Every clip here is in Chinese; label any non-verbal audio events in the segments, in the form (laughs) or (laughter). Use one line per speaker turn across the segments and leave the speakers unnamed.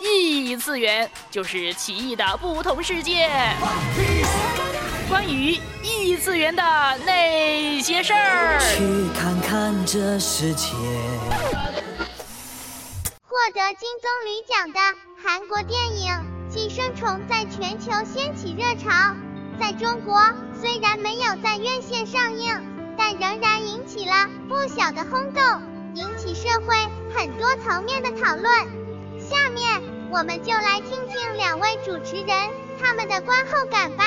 异次元就是奇异的不同世界。关于异次元的那些事儿，
去看看这世界。
获得金棕榈奖的韩国电影《寄生虫》在全球掀起热潮，在中国虽然没有在院线上映，但仍然引起了不小的轰动，引起社会很多层面的讨论。下面我们就来听听两位主持人他们的观后感吧。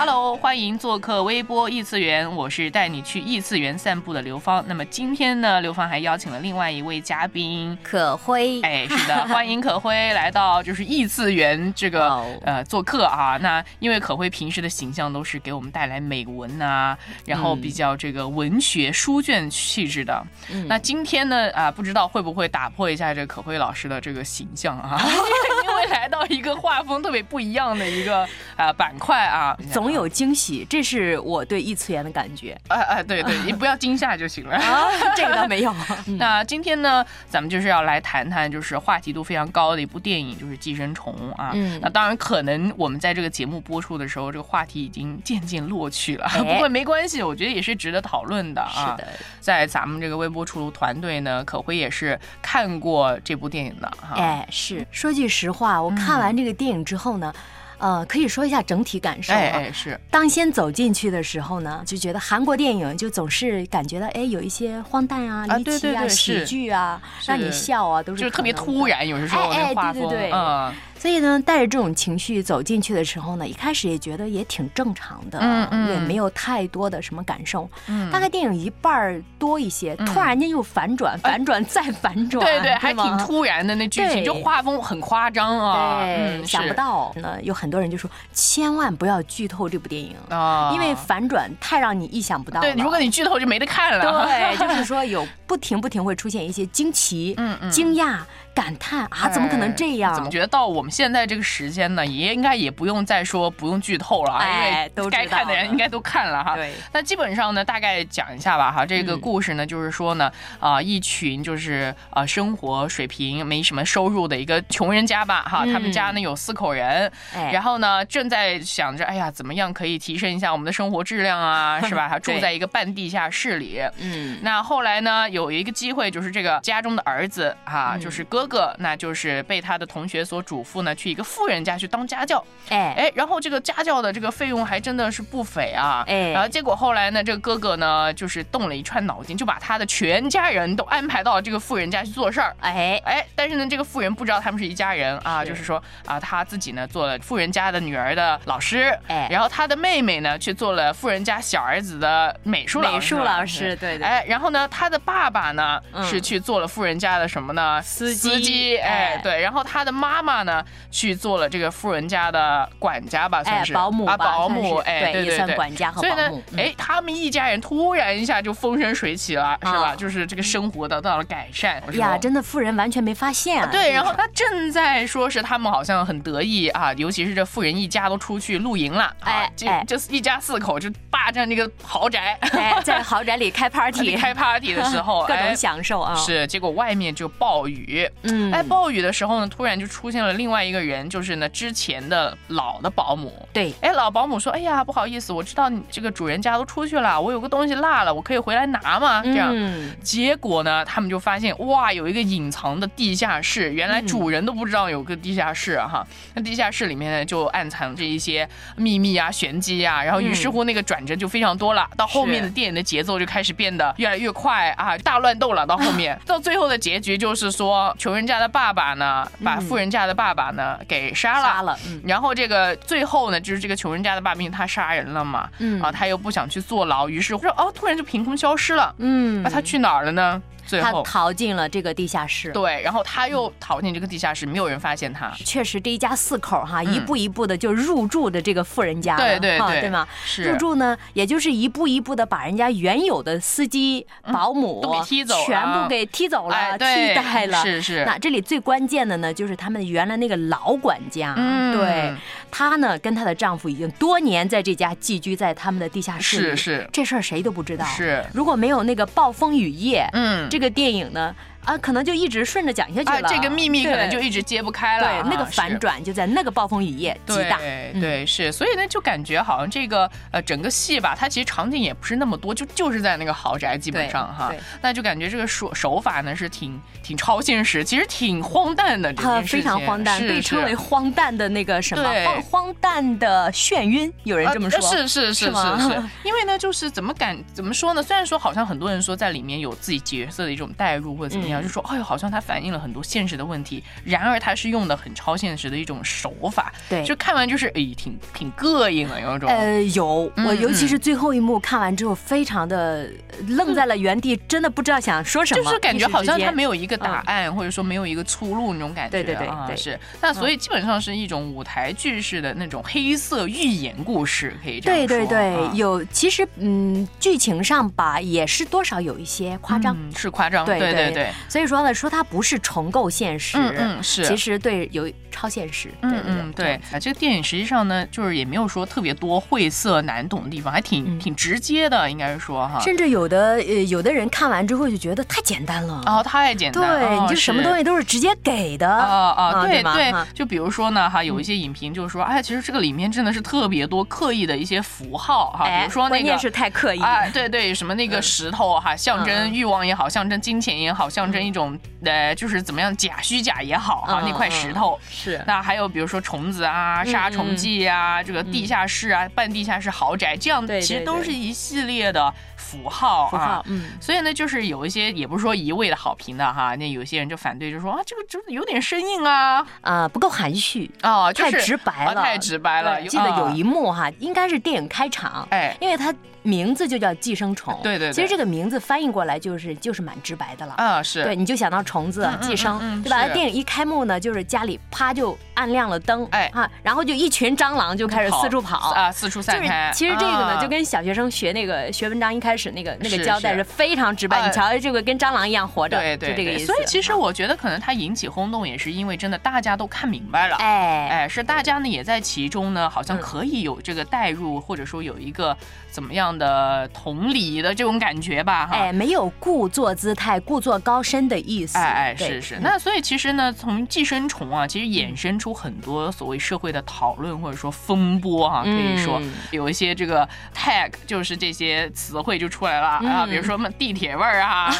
Hello，欢迎做客微波异次元，我是带你去异次元散步的刘芳。那么今天呢，刘芳还邀请了另外一位嘉宾。
可辉，
哎，是的，欢迎可辉来到就是异次元这个、
哦
呃做客啊。那因为可辉平时的形象都是给我们带来美文呐、然后比较这个文学书卷气质的。
嗯
那今天呢啊、不知道会不会打破一下这个可辉老师的这个形象啊？ (laughs) 因为来到一个画风特别不一样的一个啊、板块
(laughs)
啊，
总有惊喜，这是我对异次元的感 (laughs) 觉
哎哎，对对，你不要惊吓就行了。
啊，这个倒没 (laughs) 有。嗯
那今天呢，咱们就是要来谈谈，就是话题度非常高的一部电影，就是《寄生虫》啊。
嗯
那当然，可能我们在这个节目播出的时候，这个话题已经渐渐落去了，
哎
不过没关系，我觉得也是值得讨论的啊。
是的，
在咱们这个微波出炉团队呢，可辉也是看过这部电影的哈。
哎，是说句实话，我看完这个电影之后呢，呃，可以说一下整体感受啊。
哎哎是，
当先走进去的时候呢，就觉得韩国电影就总是感觉到，哎，有一些荒诞啊、
啊
离
对
奇
对
啊、
对是
喜剧啊，
是
让你笑啊，都是
就是特别
可能的
突。然，有时候
哎
那
哎
画
对
风，
对对
嗯
所以呢，带着这种情绪走进去的时候呢，一开始也觉得也挺正常的，
嗯嗯
也没有太多的什么感受。
嗯，
大概电影一半儿多一些，
嗯
突然间又反转，反转再反转，
哎对对，还
吗
挺突然的那剧情，
对
就画风很夸张啊，
对，
嗯
想
是
不到呢。有很多人就说，千万不要剧透这部电影，
啊，
因为反转太让你意想不到
对，
了。
如果你剧透就没得看了。
对， (laughs) 就是说有不停不停会出现一些惊奇、
嗯嗯哎
惊讶、感叹啊，怎么可能这样？
怎么觉得到我们现在这个时间呢，也应该也不用再说不用剧透了啊，
哎
因
都
为
知
该看的
道
人
了
应该都看了哈。
对，
那基本上呢，大概讲一下吧哈。这个
嗯
故事呢，就是说呢，啊、一群就是啊、生活水平没什么收入的一个穷人家吧哈，他们家呢有四口人，
嗯哎，
啊然
后
后呢正在想着，哎呀，怎么样可以提升一下我们的生活质量
(laughs)
啊，是吧？还住
对
在一个半地下室里，
嗯，
那后来呢，有一个机会，就是这个家中的儿子啊，
嗯
就是哥哥，那就是被他的同学所嘱咐呢，去一个富人家去当家教。
哎
哎，然后这个家教的这个费用还真的是不菲啊。
哎
然后结果后来呢，这个哥哥呢，就是动了一串脑筋，就把他的全家人都安排到这个富人家去做事儿。
哎
哎，但是呢，这个富人不知道他们是一家人啊，
是
就是说啊，他自己呢做了富人家的女儿的老师，
哎
然后他的妹妹呢去做了富人家小儿子的美术老师，
美术老师对对
哎，然后呢，他的爸爸呢、
嗯
是去做了富人家的什么呢？
司机
哎，
哎
对，然后他的妈妈呢去做了这个富人家的管家吧，算
哎
是、，
保姆
啊，
吧，
保姆，
算是
哎，对
也算管家和
所以
保
呢
姆，，嗯
哎，他们一家人突然一下就风生水起了，是吧？
啊哎
就是这个生活得到了改善。是吧
呀，真的富人完全没发现啊。
对，然后
这个
他正在说是他们好像很得意啊，尤其是这富人一家都出去露营了，啊
哎，
这
哎
这一家四口就霸占这个豪宅，
(laughs) (laughs) 哎，在豪宅
(laughs)
里开 party，
开 party 的时候，
(laughs) 各
哎
种享受啊。，
是，结果外面就暴雨，
嗯，
哎，暴雨的时候呢，突然就出现了另外一个人，就是呢之前的老的保姆。
对，
哎，老保姆说：“哎呀，不好意思，我知道你这个主人家都出去了，我有个东西落了，我可以回来拿吗？”这样，
嗯
结果呢，他们就发现哇，有一个隐藏的地下室，原来主人都不知道有个地下室啊哈。那地下室里面呢，就暗藏着一些秘密啊、玄机啊。然后，于是乎那个转折就非常多了。到后面的电影的节奏就开始变得越来越快啊，大乱斗了。到后
(laughs)
面，到最后的结局就是说，穷人家的爸爸呢，把富人家的爸爸呢给杀了。
嗯杀了，嗯
然后这个最后呢，就是这个穷人家的爸爸，因为他杀人了嘛，
嗯
啊，他又不想去坐牢，于是乎哦，突然就凭空消失了。
嗯，
那他去哪儿了呢？最
他
后
逃进了这个地下室。
对，然后他又逃进这个地下室，没有人发现他。
确实，这一家四口哈，
嗯
一步一步的就入住的这个富人家了，
对对
哈
对
对吗？
是
入住呢，也就是一步一步的把人家原有的司机、保姆
嗯都给踢走了
全部给踢走了，
哎，对，
替代了。
是是，
那这里最关键的呢，就是他们原来那个老管家，啊
嗯
对她呢，跟她的丈夫已经多年在这家寄居在他们的地下室里，
是是
这事儿谁都不知道。
是
如果没有那个暴风雨夜，
嗯，
这个电影呢，啊，可能就一直顺着讲下去
啊，
了。
这个秘密可能就
对
一直揭不开了啊。
对那个
是
反转就在那个暴风雨夜极大。嗯
对对是，所以呢，就感觉好像这个呃整个戏吧，它其实场景也不是那么多，就就是在那个豪宅基本
对
上哈
对，
那就感觉这个手手法呢是挺挺超现实，其实挺荒诞的这
它
件事情，
啊非常荒诞，
是
被称为
是
荒诞的那个什么
对
荒荒诞的眩晕，有人
啊
这么说。
是是是
是吗
是
(laughs)
是，因为呢，就是怎么感怎么说呢？虽然说好像很多人说在里面有自己角色的一种代入或者怎么样，
嗯
就说哎呦，好像它反映了很多现实的问题，然而它是用的很超现实的一种手法，
对
就看完就是哎，挺挺膈应的有一种。
呃，有
嗯
我，尤其
嗯
是最后一幕看完之后，非常的愣在了原地，真的不知道想说什么，
就是感觉好像他没
有
有一个答案，或者说没有一个出路那种感觉。
嗯对对对
啊，
对嗯
是。那所以基本上是一种舞台剧式的那种黑色寓言故事，可以这样
对
说。
对对
啊，
有其实嗯，剧情上吧也是多少有一些夸张，
嗯是夸张，
对
对
对
对，
所以说呢，说它不是重构现实，
嗯嗯是。
其实对有超现实，对
嗯嗯，对
对
啊，这个电影实际上呢，就是也没有说特别多晦涩难懂的地方，还挺、
嗯
挺直接的，应该是说哈
对，。甚至有的呃有的人看完之后就觉得太简单了，
然后太简单，
对，
哦
你就什么东
是
西都是直接给的
啊啊，对
吧？
对
哈，
就比如说呢，哈，
嗯
有一些影评就是说，哎，其实这个里面真的是特别多刻意的一些符号哈，比
哎
如说那
关
个
键是太刻意，
啊，对对，什么那个石头哈，象征
嗯
欲望也好，象征金钱也好，象征一种呃，就是怎么样假虚假也好哈，
嗯
那块石
嗯
头。
是
那还有比如说虫子啊、杀虫剂啊、这个地下室啊、半地下室豪宅，这样
嗯对
其实
对
都
对
是一系列的符号啊。
符号，嗯，
所以呢，就是有一些也不是说一味的好评的哈，那有些人就反对，就说啊，这个真的有点生硬啊，
啊，不够含蓄，
啊，就
哦太
是
直白
啊
了，
太直白了。
对记得有
啊
一幕哈，应该是电影开场，
哎，
因为它名字就叫寄生虫，
对对对
其实这个名字翻译过来就是就是蛮直白的了。
啊是，
对，你就想到虫子
嗯嗯
寄生，
嗯嗯
对吧？
是
电影一开幕呢，就是家里啪就按亮了灯，
哎
啊，然后就一群蟑螂就开始四处跑，
啊，四处散
就是
开。
其实这个呢，
啊
就跟小学生学那个学文章一开始那个那
是
个胶带
是
是非常直白。
哎
你瞧，这个跟蟑螂一样活着，
对对，
就这个
对
意思。啊
所以其实我觉得可能它引起轰动，也是因为真的大家都看明白了。
哎，
哎，是大家呢也在其中呢，好像
嗯
可以有这个代入，或者说有一个怎么样的同理的这种感觉吧，哈。
哎，没有故作姿态、故作高深的意思。
哎哎，
对
是是，
嗯
那所以其实呢，从寄生虫啊，其实衍生出很多所谓社会的讨论或者说风波啊，可以说
嗯
有一些这个 tag 就是这些词汇就出来
嗯
了啊，比如说什么地铁味儿
(laughs)
啊，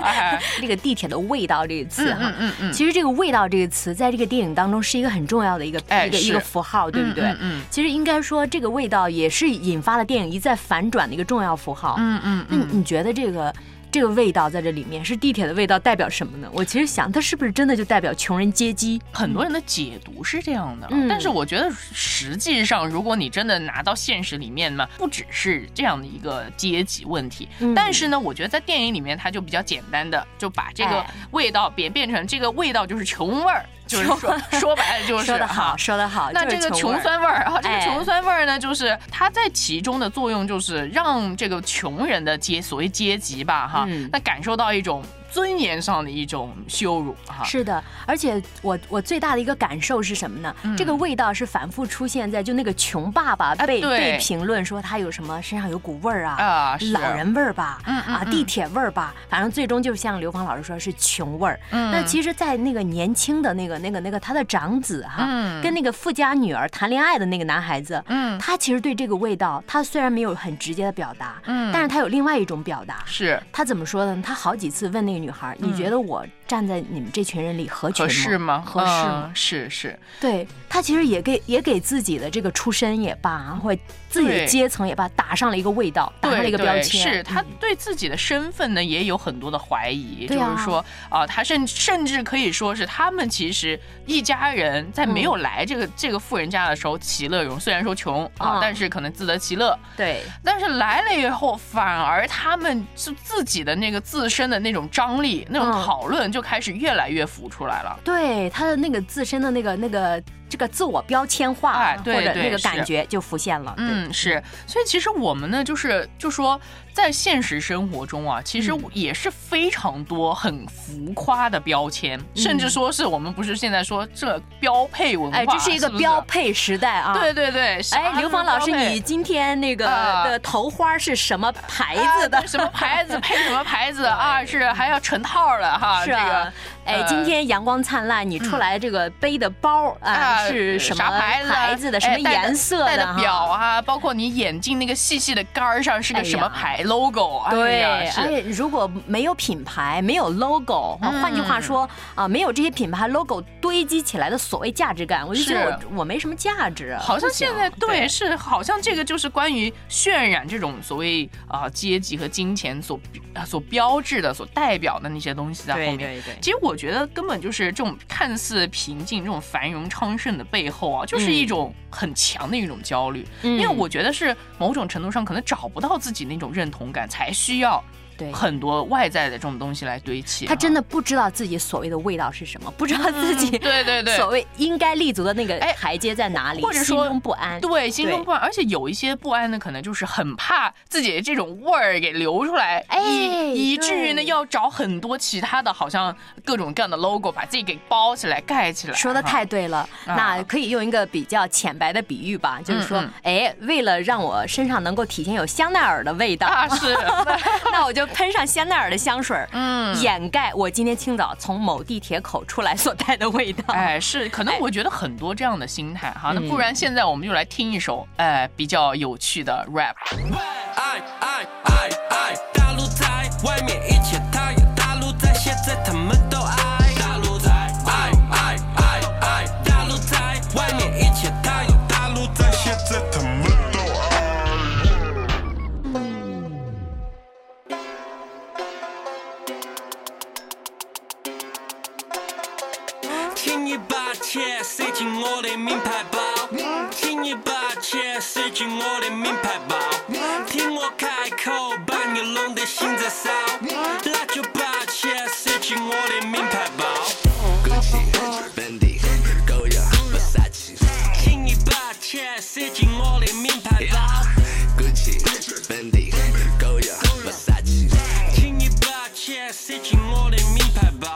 哎，
这个地铁的味道这个词
嗯
哈
嗯。嗯嗯，
其实这个“味道”这个词，在这个电影当中是一个很重要的一个
哎
一个
是
一个符号，对不对
嗯？嗯
其实应该说，这个味道也是引发了电影一再反转的一个重要符号。
嗯嗯
那
嗯，
你觉得这个这个味道在这里面是地铁的味道代表什么呢？我其实想，它是不是真的就代表穷人阶级？
很多人的解读是这样的，啊
嗯
但是我觉得实际上，如果你真的拿到现实里面嘛，不只是这样的一个阶级问题。
嗯
但是呢，我觉得在电影里面，它就比较简单的就把这个
哎
味道变变成这个味道就是穷味儿，就是说说白了就是
说得
哈
好，说得好。
那
就
这
是
个
味
穷
儿，
酸味儿啊，这个
哎
穷酸味儿呢，就是它在其中的作用，就是让这个穷人的阶所谓阶级吧，哈
嗯，
那感受到一种尊严上的一种羞辱，哈，
是的，而且我我最大的一个感受是什么呢？这个味道是反复出现在就那个穷爸爸
嗯哎
被、
对
被评论说他有什么身上有股味儿啊，
啊，是
老人味儿吧，
嗯嗯
啊
嗯
地铁味儿吧，反正最终就像刘芳老师说是穷味儿。
嗯
那其实，在那个年轻的那个那个那个他的长子哈，
嗯
跟那个富家女儿谈恋爱的那个男孩子，
嗯
他其实对这个味道，他虽然没有很直接的表达，
嗯
但是他有另外一种表达。
是
他怎么说呢？他好几次问那个女孩儿：“你觉得我站在你们这群人里合
嗯
群
合适
吗？”
吗？
合适吗
嗯是是，
对他其实也给也给自己的这个出身也罢啊，或者自己
对
的阶层也罢，打上了一个味道，打上了
对
一个标
对，
签。
是他
嗯
对自己的身份呢也有很多的怀疑，就
对啊
是说啊，他甚甚至可以说是他们其实一家人在没有来这个这个富人家的时候其乐融，虽然说穷啊
嗯，
但是可能自得其乐，
对。
但是来了以后，反而他们就自己的那个自身的那种张力、那种
嗯
讨论就开始越来越浮出来了。
对他的那个自身的那个那个这个自我标签化、
哎对
或者
对
那个
是
感觉就浮现了。对
嗯，是，所以其实我们呢，就是就说在现实生活中啊，其实
嗯
也是非常多很浮夸的标签，
嗯
甚至说是我们不是现在说这标配文化，
哎，这是一个
不
标配时代啊。
对。对对，
哎，刘芳老师，你
你
今天那个
啊
的头花是什么牌子的？
什么牌子配什么牌
(laughs)
子啊？是还要成套了哈，
是
这
啊
个，
哎
呃，
今天阳光灿烂，你出来这个背的包啊是什么
啥牌子啊？
牌子的？什么
哎戴的
颜色
戴
哈
的表啊，包括你眼镜那个细细的杆儿上是个
哎
什么
呀
牌 logo？哎
对，
呀是嗯
哎，如果没有品牌，没有 logo，、啊换句话说啊，没有这些品牌 logo 堆积起来的所谓价值感，我就觉得
是
我我没什么价值。啊
好像
不行
现在对是，好像这个就是关于渲染这种所谓啊、阶级和金钱所啊所标志的、所代表的那些东啊西在后
对
面。
对对，
其实我觉得根本就是这种看似平静、这种繁荣昌盛的背后啊，就是
嗯
一种很强的一种焦虑，
因
因为我觉得是某种程度上可能找不到自己那种认同感，才需要
对。
很多外在的这种东西来堆砌啊。
他真的不知道自己所谓的味道是什么，不知道自己、
对嗯对对
所谓应该立足的那个
哎
台阶在哪里，
或者说
心中不安。
对，心中
对
不安，而且有一些不安呢，可能就是很怕自己这种味儿给流出来，
哎
以以至于呢
对
要找很多其他的，好像各种各样的 logo 把自己给包起来、盖起来。
说的
哈
太对了，
啊
那可以用一个比较浅白的比喻吧，就是说
嗯，
哎，为了让我身上能够体现有香奈儿的味道，
啊，是，
(laughs) 那我就喷上香奈儿的香水儿，
嗯
掩盖我今天清早从某地铁口出来所带的味道。
哎，是，可能我觉得很多这样的心态哈。那
嗯
不然现在我们就来听一首，哎，比较有趣的 rap。
爱爱爱爱，大陆在外面一切他也大陆在，现在他们都爱大陆在，爱爱爱爱，大陆在外面一切他也大陆在，现在他们都爱。听一把切，塞进我的名牌包。听一把切，塞进我的名牌包。听我开口，把你弄得心在烧。那就把切塞进我的名牌包。听一把切，塞进我的名牌包。听一把切，塞进我的名牌包。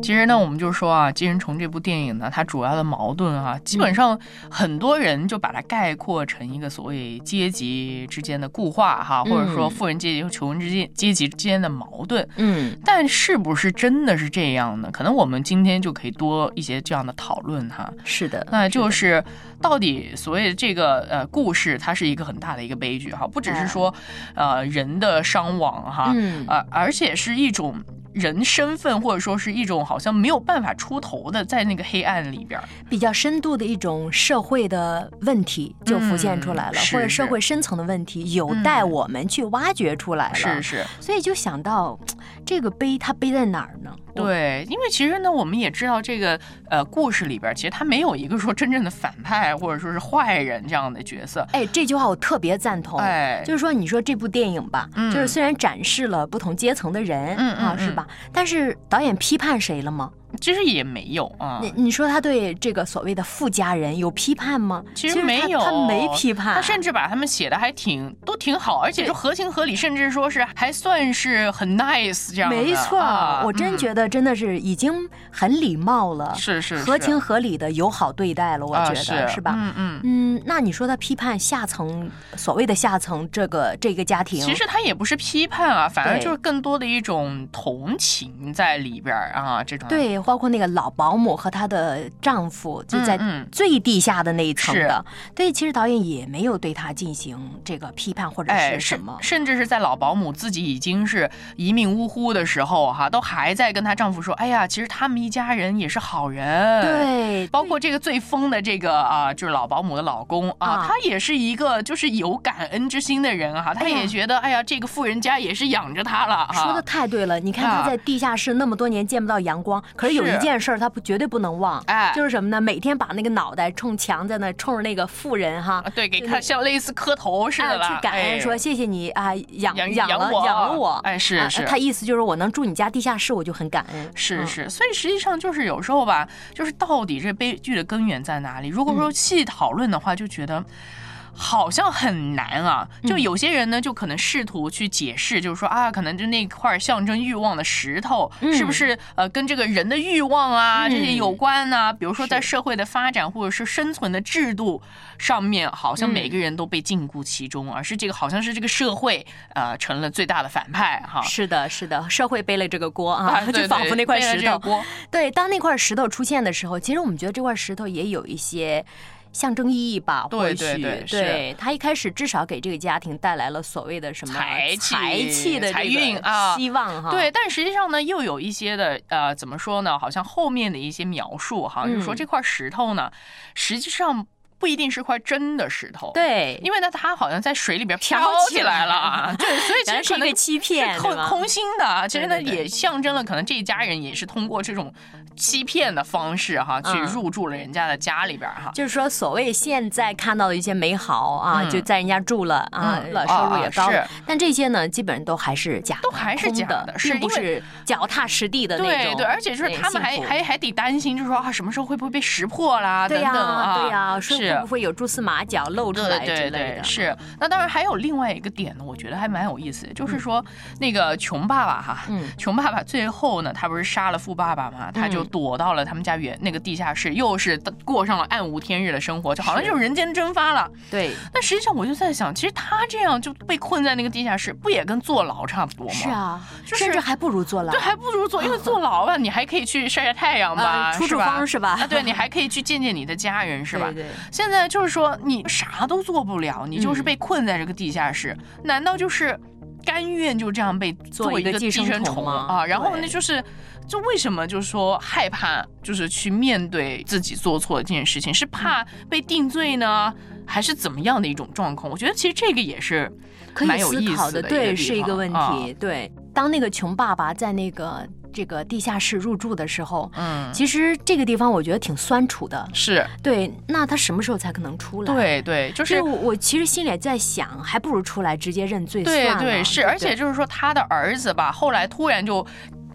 其实呢，我们就说啊，《寄生虫》这部电影呢，它主要的矛盾啊，基本上很多人就把它概括成一个所谓阶级之间的固化哈，或者说
嗯
富人阶级和穷人之间阶级之间的矛盾。
嗯，
但是不是真的是这样呢？可能我们今天就可以多一些这样的讨论哈。
嗯是的，
那就是到底所谓这个呃故事，它是一个很大的一个悲剧哈，不只是说呃人的伤亡哈，
哎嗯
呃，而且是一种。人身份或者说是一种好像没有办法出头的，在那个黑暗里边儿，
比较深度的一种社会的问题就浮现出来了，
嗯是嗯
或者社会深层的问题有待我们去挖掘出来了。
是，是，
所以就想到这个悲，它悲在哪儿呢？
对，因为其实呢，我们也知道这个呃故事里边儿，其实他没有一个说真正的反派或者说是坏人这样的角色，
哎，这句话我特别赞同。
哎
哦就是说，你说这部电影吧，
嗯
就是虽然展示了不同阶层的人，
嗯嗯
啊，是
嗯
吧？但是导演批判谁了吗？
其实也没有啊。
你你说他对这个所谓的富家人有批判吗？
其
实
实没
他
有，
他没批判，
他甚至把他们写的还挺都挺好，而且就合情合理，甚至说是还算是很 nice 这样的。
没错，
啊、
我真觉得真的是已经很礼貌了，
嗯、是是是
合情合理的友好对待了，我觉
啊、
得、
是
吧？
嗯嗯。
嗯，那你说他批判下层所谓的下层这个这个家庭，
其实他也不是批判啊，反而
对
就是更多的一种同情在里边儿啊，这种。
对，包括那个老保姆和她的丈夫，就在
嗯嗯
最地下的那一层的。对，其实导演也没有对她进行这个批判或者
哎，
是
甚
什么。
甚至是在老保姆自己已经是一命呜呼的时候、哈，都还在跟她丈夫说：“哎呀，其实他们一家人也是好人。”
对，
包括这个最疯的这个啊、就是老保姆的老公啊，
啊
他也是一个就是有感恩之心的人哈、他
哎呀
也觉得哎呀，这个富人家也是养着他了哈、
说的太对了。你看
啊
她在地下室那么多年见不到阳光，可是有一件事儿他不绝对不能忘，
哎
就是什么呢？每天把那个脑袋冲墙在那冲着那个富人哈
啊，，对，给
就
他像类似磕头似的
啊
了，
去感恩
哎
说谢谢你啊，养
养
养
养
了
我
养了我，
哎是
啊
是
他意思就是我能住你家地下室，我就很感恩。
是
嗯
是，所以实际上就是有时候吧，就是到底这悲剧的根源在哪里？如果
嗯
说细讨论的话，就觉得。好像很难啊，
嗯
就有些人呢，就可能试图去解释，就是说啊，可能就那块象征欲望的石头，是不
嗯
是呃跟这个人的欲望啊这些有
嗯
关呢、比如说在社会的发展或者是生存的制度上面，好像每
嗯
个人都被禁锢其中，而是这个好像是这个社会呃成了最大的反派哈。
是的，是的，社会背了这个锅啊，
啊对
(laughs) 就仿
对
佛那块
背了
石
这个
头。
锅
对，当那块石头出现的时候，其实我们觉得这块石头也有一些象征意义吧，
对
或
对
许
对是
对他一开始至少给这个家庭带来了所谓的什么
财气
财气的
财
这个
运啊
希望哈，
对，但实际上呢，又有一些的呃，怎么说呢？好像后面的一些描述哈，就是说
嗯
这块石头呢，实际上不一定是块真的石头，，
对，
因为呢，它好像在水里边
飘
飘
起
起来
来
了啊，
(laughs)
对，所以其
原来
实
是
可
一
能
个欺骗，
是
对
空
吧
空心的啊，其实呢
对对对
也象征了可能这一家人也是通过这种欺骗的方式哈，去
嗯
入住了人家的家里边哈。
就是说，所谓现在看到的一些美好啊，
嗯
就在人家住了啊，
嗯
了
啊
收入也
啊
高了，
是
但这些呢，基本上都还是假的，
都还是
空
假的
的，
是
并不
因为
是脚踏实地的那
对
种。
对，而且就是
对
他们还
幸福
还还得担心，就是说啊，什么时候会不会被识破啦，
对
等
呀、
等啊，
对呀、
是
说会不会有蛛丝马脚露出
对
来之
对
类的？嗯
对，是。那当然还有另外一个点呢，我觉得还蛮有意思的，就是说那个穷爸爸哈，
嗯
穷爸爸最后呢，他不是杀了富爸爸嘛，他就
嗯
躲到了他们家原那个地下室，又是过上了暗无天日的生活，就好像
是
就是人间蒸发了。
对，
但实际上我就在想，其实他这样就被困在那个地下室，不也跟坐牢差不多吗？
是。啊，
就是
甚至还不如坐牢
对，。还不如坐，因为坐牢啊，你还可以去晒晒太阳吧，
呃出
是
出
吧
风？是吧？
啊，对你还可以去见见你的家人，是吧？
(laughs) 对对
现在就是说你啥都做不了，你
嗯
就是被困在这个地下室，难道就是甘愿就这样被
做
一
一个
寄
寄生
生
虫
虫
吗
啊？然后
对
那就是。就为什么就是说害怕，就是去面对自己做错的这件事情，是
嗯
怕被定罪呢，还是怎么样的一种状况？我觉得其实这个也是
可
蛮
以
有
思
意
考
思的一个
对，
地
是一个
方
问题。
啊
对，当那个穷爸爸在那个这个地下室入住的时候，
嗯，
其实这个地方我觉得挺酸楚的。
是
对，那他什么时候才可能出来？，
对对，就
所以
是
我我其实心里也在想，还不如出来直接认罪算
对
了。
对是，
不
而且就是说他的儿子吧，后来突然就。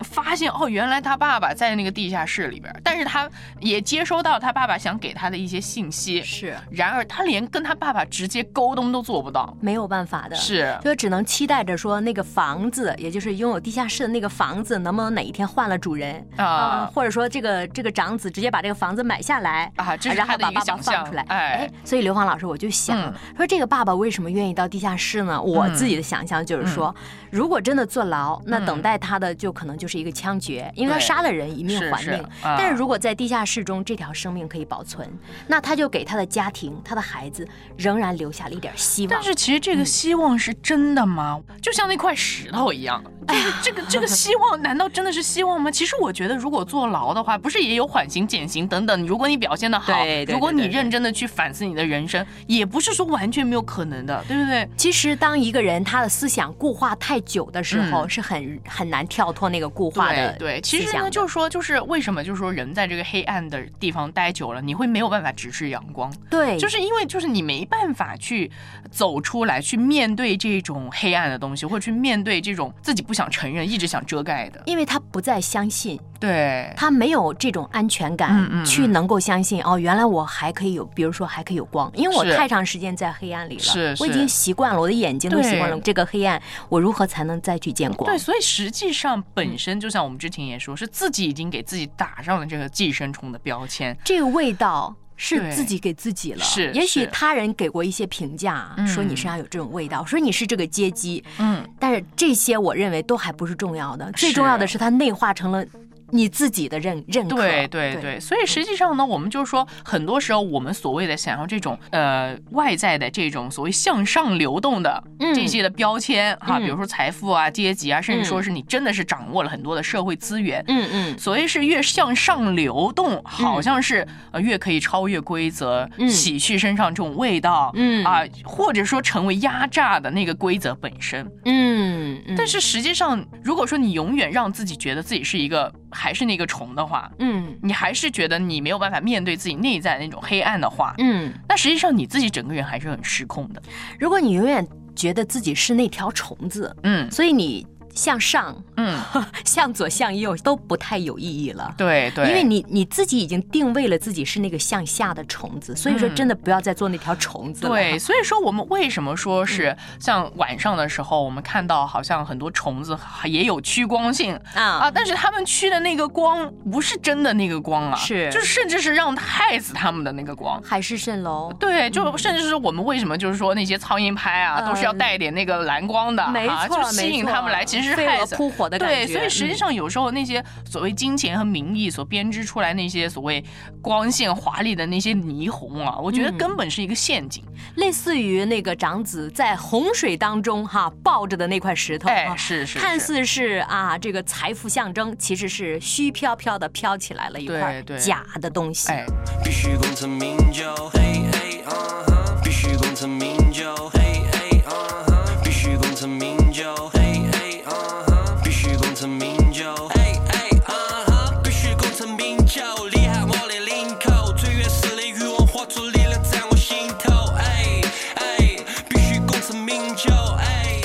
发现哦，原来他爸爸在那个地下室里边儿，但是他也接收到他爸爸想给他的一些信息，
是
然而他连跟他爸爸直接沟通都做不到，
没有办法的。
是
就只能期待着说那个房子，也就是拥有地下室的那个房子，能不能哪一天换了主人
啊
或者说这个这个长子直接把这个房子买下来
啊这是
然
他
后
的
把
一个
爸爸
想象
放出来。
哎，
所以刘芳老师，我就想、
嗯
说，这个爸爸为什么愿意到地下室呢？我自己的想象就是说，
嗯
如果真的坐牢，那等待他的就可能就是一个枪决，因为他
对
杀了人以命
是
还
是
命。
啊
但是如果在地下室中，这条生命可以保存，那他就给他的家庭、他的孩子仍然留下了一点希望。
但是其实这个希望是真的吗？就像那块石头一样，
哎
就是这个这个希望，难道真的是希望吗？其实我觉得，如果坐牢的话，不是也有缓刑、减刑等等。如果你表现的好，
对对对
如果你
对对
认真的去反思你的人生，也不是说完全没有可能的，对不对？
其实，当一个人他的思想固化太久的时候，
嗯
是很很难跳脱那个固化的
对对，其
思
实
想
呢，
的
就是说，就是为什么，就是说，人在这个黑暗的地方待久了，你会没有办法直视阳光，
对，
就是因为就是你没办法去走出来，去面对这种黑暗的东西，或者去面对这种自己不想承认、一直想遮盖的。
因为他不再相信，
对，
他没有这种安全感，
嗯嗯嗯
去能够相信哦，原来我还可以有，比如说还可以有光，因为我
是
太长时间在黑暗里了，
是
我已
是
经习惯了，我的眼睛都
对
习惯了这个黑暗，我如何才能再去见光
对，？所以实际上本身就像我们之前也说，是自己已经给自己打上了这个寄生虫的标签。
这个味道。
对
是自己给自己了，
是
也许
是
他人给过一些评价，
嗯
说你身上有这种味道，说你是这个阶级，
嗯，
但是这些我认为都还不是重要的，最
是
重要的是它内化成了你自己的认认可。
对对对，所以实际上呢，我们就是说，很多时候我们所谓的想要这种呃外在的这种所谓向上流动的
嗯
这些的标签哈、比如说财富啊、阶级啊，甚至
嗯
说是你真的是掌握了很多的社会资源，
嗯嗯，
所谓是越向上流动，好像是呃越可以超越规则，
嗯
洗去身上这种味道，
嗯
啊，或者说成为压榨的那个规则本身。
嗯嗯，
但是实际上，如果说你永远让自己觉得自己是一个还是那个虫的话，
嗯
你还是觉得你没有办法面对自己内在那种黑暗的话，
嗯，
那实际上你自己整个人还是很失控的。
如果你永远觉得自己是那条虫子，
嗯
所以你向上、
嗯，
向左、向右都不太有意义了。
对对，
因为你你自己已经定位了自己是那个向下的虫子，所以说
嗯
真的不要再做那条虫子了。
对，，所以说我们为什么说
嗯
是像晚上的时候，我们看到好像很多虫子也有趋光性啊，
啊，
但是它们趋的那个光不是真的那个光啊，
是
就甚至是让害死它们的那个光。
海市蜃楼。
对，就甚至是我们为什么就是说那些苍蝇拍啊，都是要
嗯
带点那个蓝光的，
没
啊，
错，
就吸引
没错
他们来，其实是
飞
害
蛾
死。
扑火的感
对，
觉。嗯
所以实际上有时候那些所谓金钱和名义所编织出来那些所谓光线华丽的那些霓虹啊，我觉得
嗯
根本是一个陷阱。
嗯、类似于那个长子在洪水当中哈、抱着的那块石头，
哎，
啊
是是，
看
是
似是啊这个财富象征，其实是虚飘飘的飘起来了一块
对对
假的东西。
哎，
必须功成名就，嘿嘿啊哈！必须功成名就，嘿嘿啊哈！必须功成名就，嘿嘿啊哈！必须功成名就，嘿嘿啊哈！必须功成名就，厉害我的领口，最原始的欲望活出力量在我心头，哎哎，必须功成名就，哎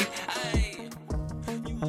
哎。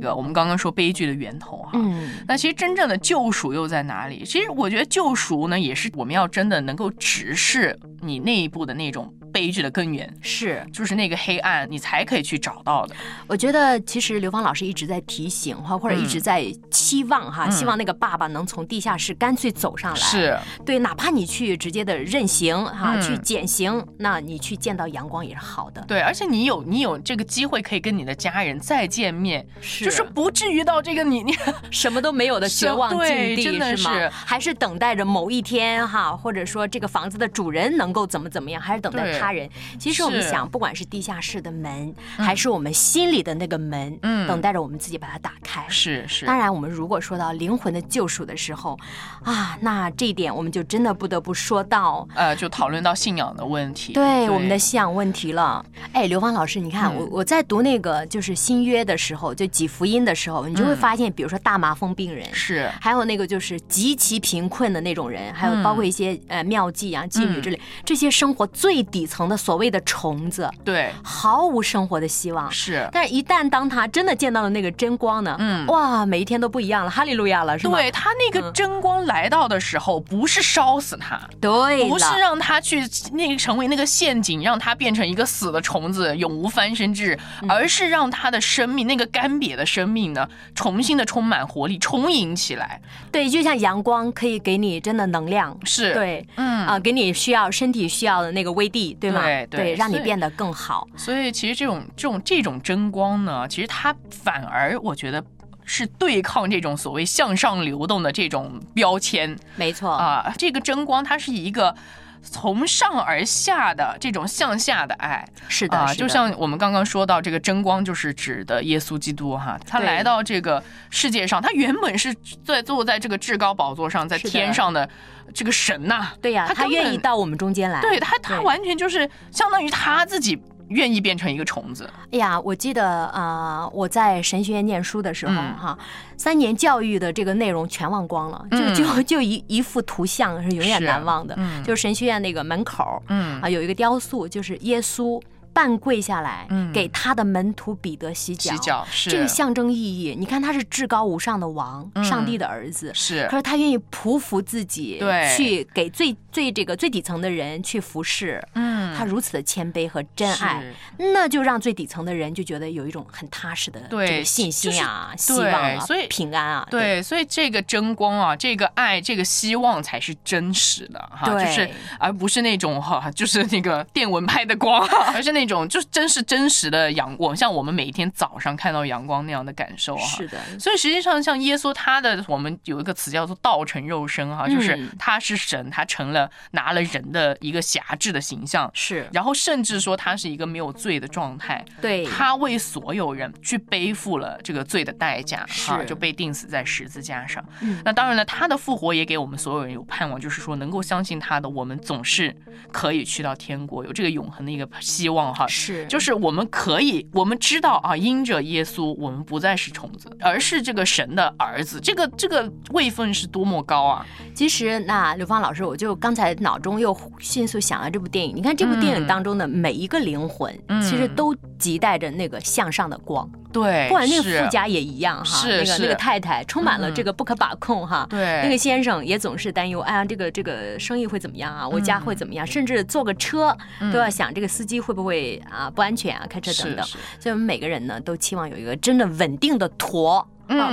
这个我们刚刚说悲剧的源头哈、
嗯，
那其实真正的救赎又在哪里？其实我觉得救赎呢，也是我们要真的能够直视你内部的那种悲剧的根源，
是，
就是那个黑暗，你才可以去找到的。
我觉得其实刘芳老师一直在提醒哈，或者一直在期望哈，
嗯
希望那个爸爸能从地下室干脆走上来。，
是，
对，哪怕你去直接的认刑哈，
嗯
去减刑，那你去见到阳光也是好的。
对，而且你有你有这个机会可以跟你的家人再见面，
是
就是不至于到这个你
(laughs)
你
什么都没有的绝望境
对
地，
真的
是吗
是
还是等待着某一天哈，或者说这个房子的主人能够怎么怎么样，还是等待
对
他人？其实我们
是
想，不管是嗯地下室的门，还是我们心里的那个门，
嗯。
等待着我们自己把它打开
是是
当然，我们如果说到灵魂的救赎的时候，啊，那这一点我们就真的不得不说到。
呃，就讨论到信仰的问题，
对我们的信仰问题了，哎，刘芳老师，你看、
嗯
我我在读那个就是新约的时候，就几福音的时候，你就会
嗯
发现，比如说大麻风病人，
是
还有那个就是极其贫困的那种人，还
嗯
有包括一些、呃妙计啊、妓女之类、这些生活最底层的所谓的虫子，
对
毫无生活的希望。
是。
但是，一旦当他真的见到了那个真光呢，
嗯
哇，每一天都不一样了，哈利路亚了，是吗？嗯
对他那个真光来到的时候，不是烧死他，
对
不是
了，
让他去那个成为那个陷阱，让他变成一个死的虫子，永无翻身之日，
嗯
而是让他的生命那个干瘪的生命呢，重新的充满活力，充盈起来。
对，就像阳光可以给你真的能量，
是，，
对，
嗯
啊、给你需要身体需要的那个微地，对吗？
对对
让你
所以
变得更好。
所以其实这种这种这种争光呢，其实它反而我觉得。是对抗这种所谓向上流动的这种标签
没错，
啊，这个争光它是一个从上而下的这种向下的爱，
是的，
啊，
是
就
的
像我们刚刚说到这个真光，就是指的耶稣基督哈，他
对
来到这个世界上，他原本是在坐在这个至高宝座上，在
是的
天上的这个神呐、
对呀、
他
他
根
愿
本
意到我们中间来，
对他，他完全就是相当于他自己愿意变成一个虫子，
哎呀，我记得啊、呃我在神学院念书的时候
嗯
哈、三年教育的这个内容全忘光了，
嗯
就就就一一幅图像是永远
是
难忘的，
嗯
就是神学院那个门口、
嗯
啊有一个雕塑，就是耶稣半跪下来、
嗯
给他的门徒彼得洗脚，
洗脚是
这个象征意义，你看他是至高无上的王，
嗯
上帝的儿子。
是
可是他愿意匍匐自己，
对
去给最最这个最底层的人去服侍，
嗯
他如此的谦卑和真爱，
是
那就让最底层的人就觉得有一种很踏实的
对
这个信心啊、
就是
希
对
望啊、
所以
平安啊，
对，所以这个争光啊，这个爱，这个希望才是真实的哈，
对
就是而不是那种哈，就是那个电蚊拍的光，啊 (laughs) 而是那种就是真是真实的阳光，像我们每一天早上看到阳光那样的感受哈。
是的，
所以实际上，像耶稣，他的我们有一个词叫做“道成肉身”哈，就是
嗯
他是神，他成了拿了人的一个辖制的形象，
是
然后甚至说他是一个没有罪的状态，
对，
他为所有人去背负了这个罪的代价，
是
哈、就被钉死在十字架上。
嗯
那当然了，他的复活也给我们所有人有盼望，就是说能够相信他的，我们总是可以去到天国，有这个永恒的一个希望哈，
是
就是我们可以，我们知道啊，因着耶稣，我们不再是虫子，而是这个神的儿子，这个这个位分是多么高啊！
其实，那刘芳老师，我就刚才脑中又迅速想了这部电影。你看这部电影当中的每一个灵魂，
嗯
其实都亟待着那个向上的光。
对，
不管那个
哎是啊
富家也一样哈，
是
那个
是
那个太太充满了
嗯
这个不可把控哈。
对
那个先生也总是担忧，哎呀，这个这个生意会怎么样啊？我家会怎么
嗯
样？甚至坐个车都要想这个司机会不会啊不安全啊，开车等等。
是是
所以我们每个人呢，都期望有一个真的稳定的舵。啊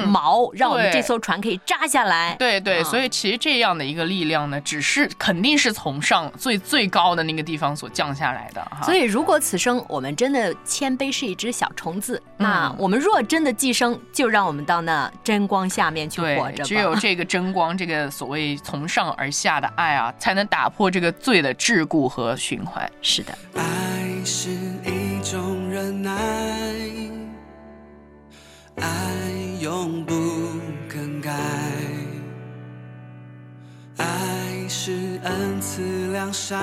嗯
锚让我们
对
这艘船可以扎下来。
对对，
啊
所以其实这样的一个力量呢，只是肯定是从上最最高的那个地方所降下来的哈。
所
以
以，如果此生我们真的谦卑是一只小虫子，
嗯
那我们若真的寄生，就让我们到那真光下面去活
对，
着吧。
只有这个争光，这个所谓从上而下的爱啊，才能打破这个罪的桎梏和循环。
(laughs) 是的，
爱是一种忍耐，爱永不更改，爱是恩赐良善，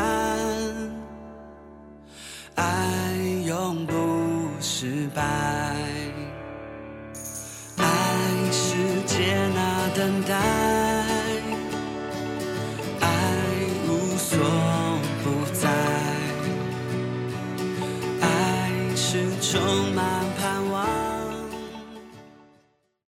爱永不失败，爱是接纳等待。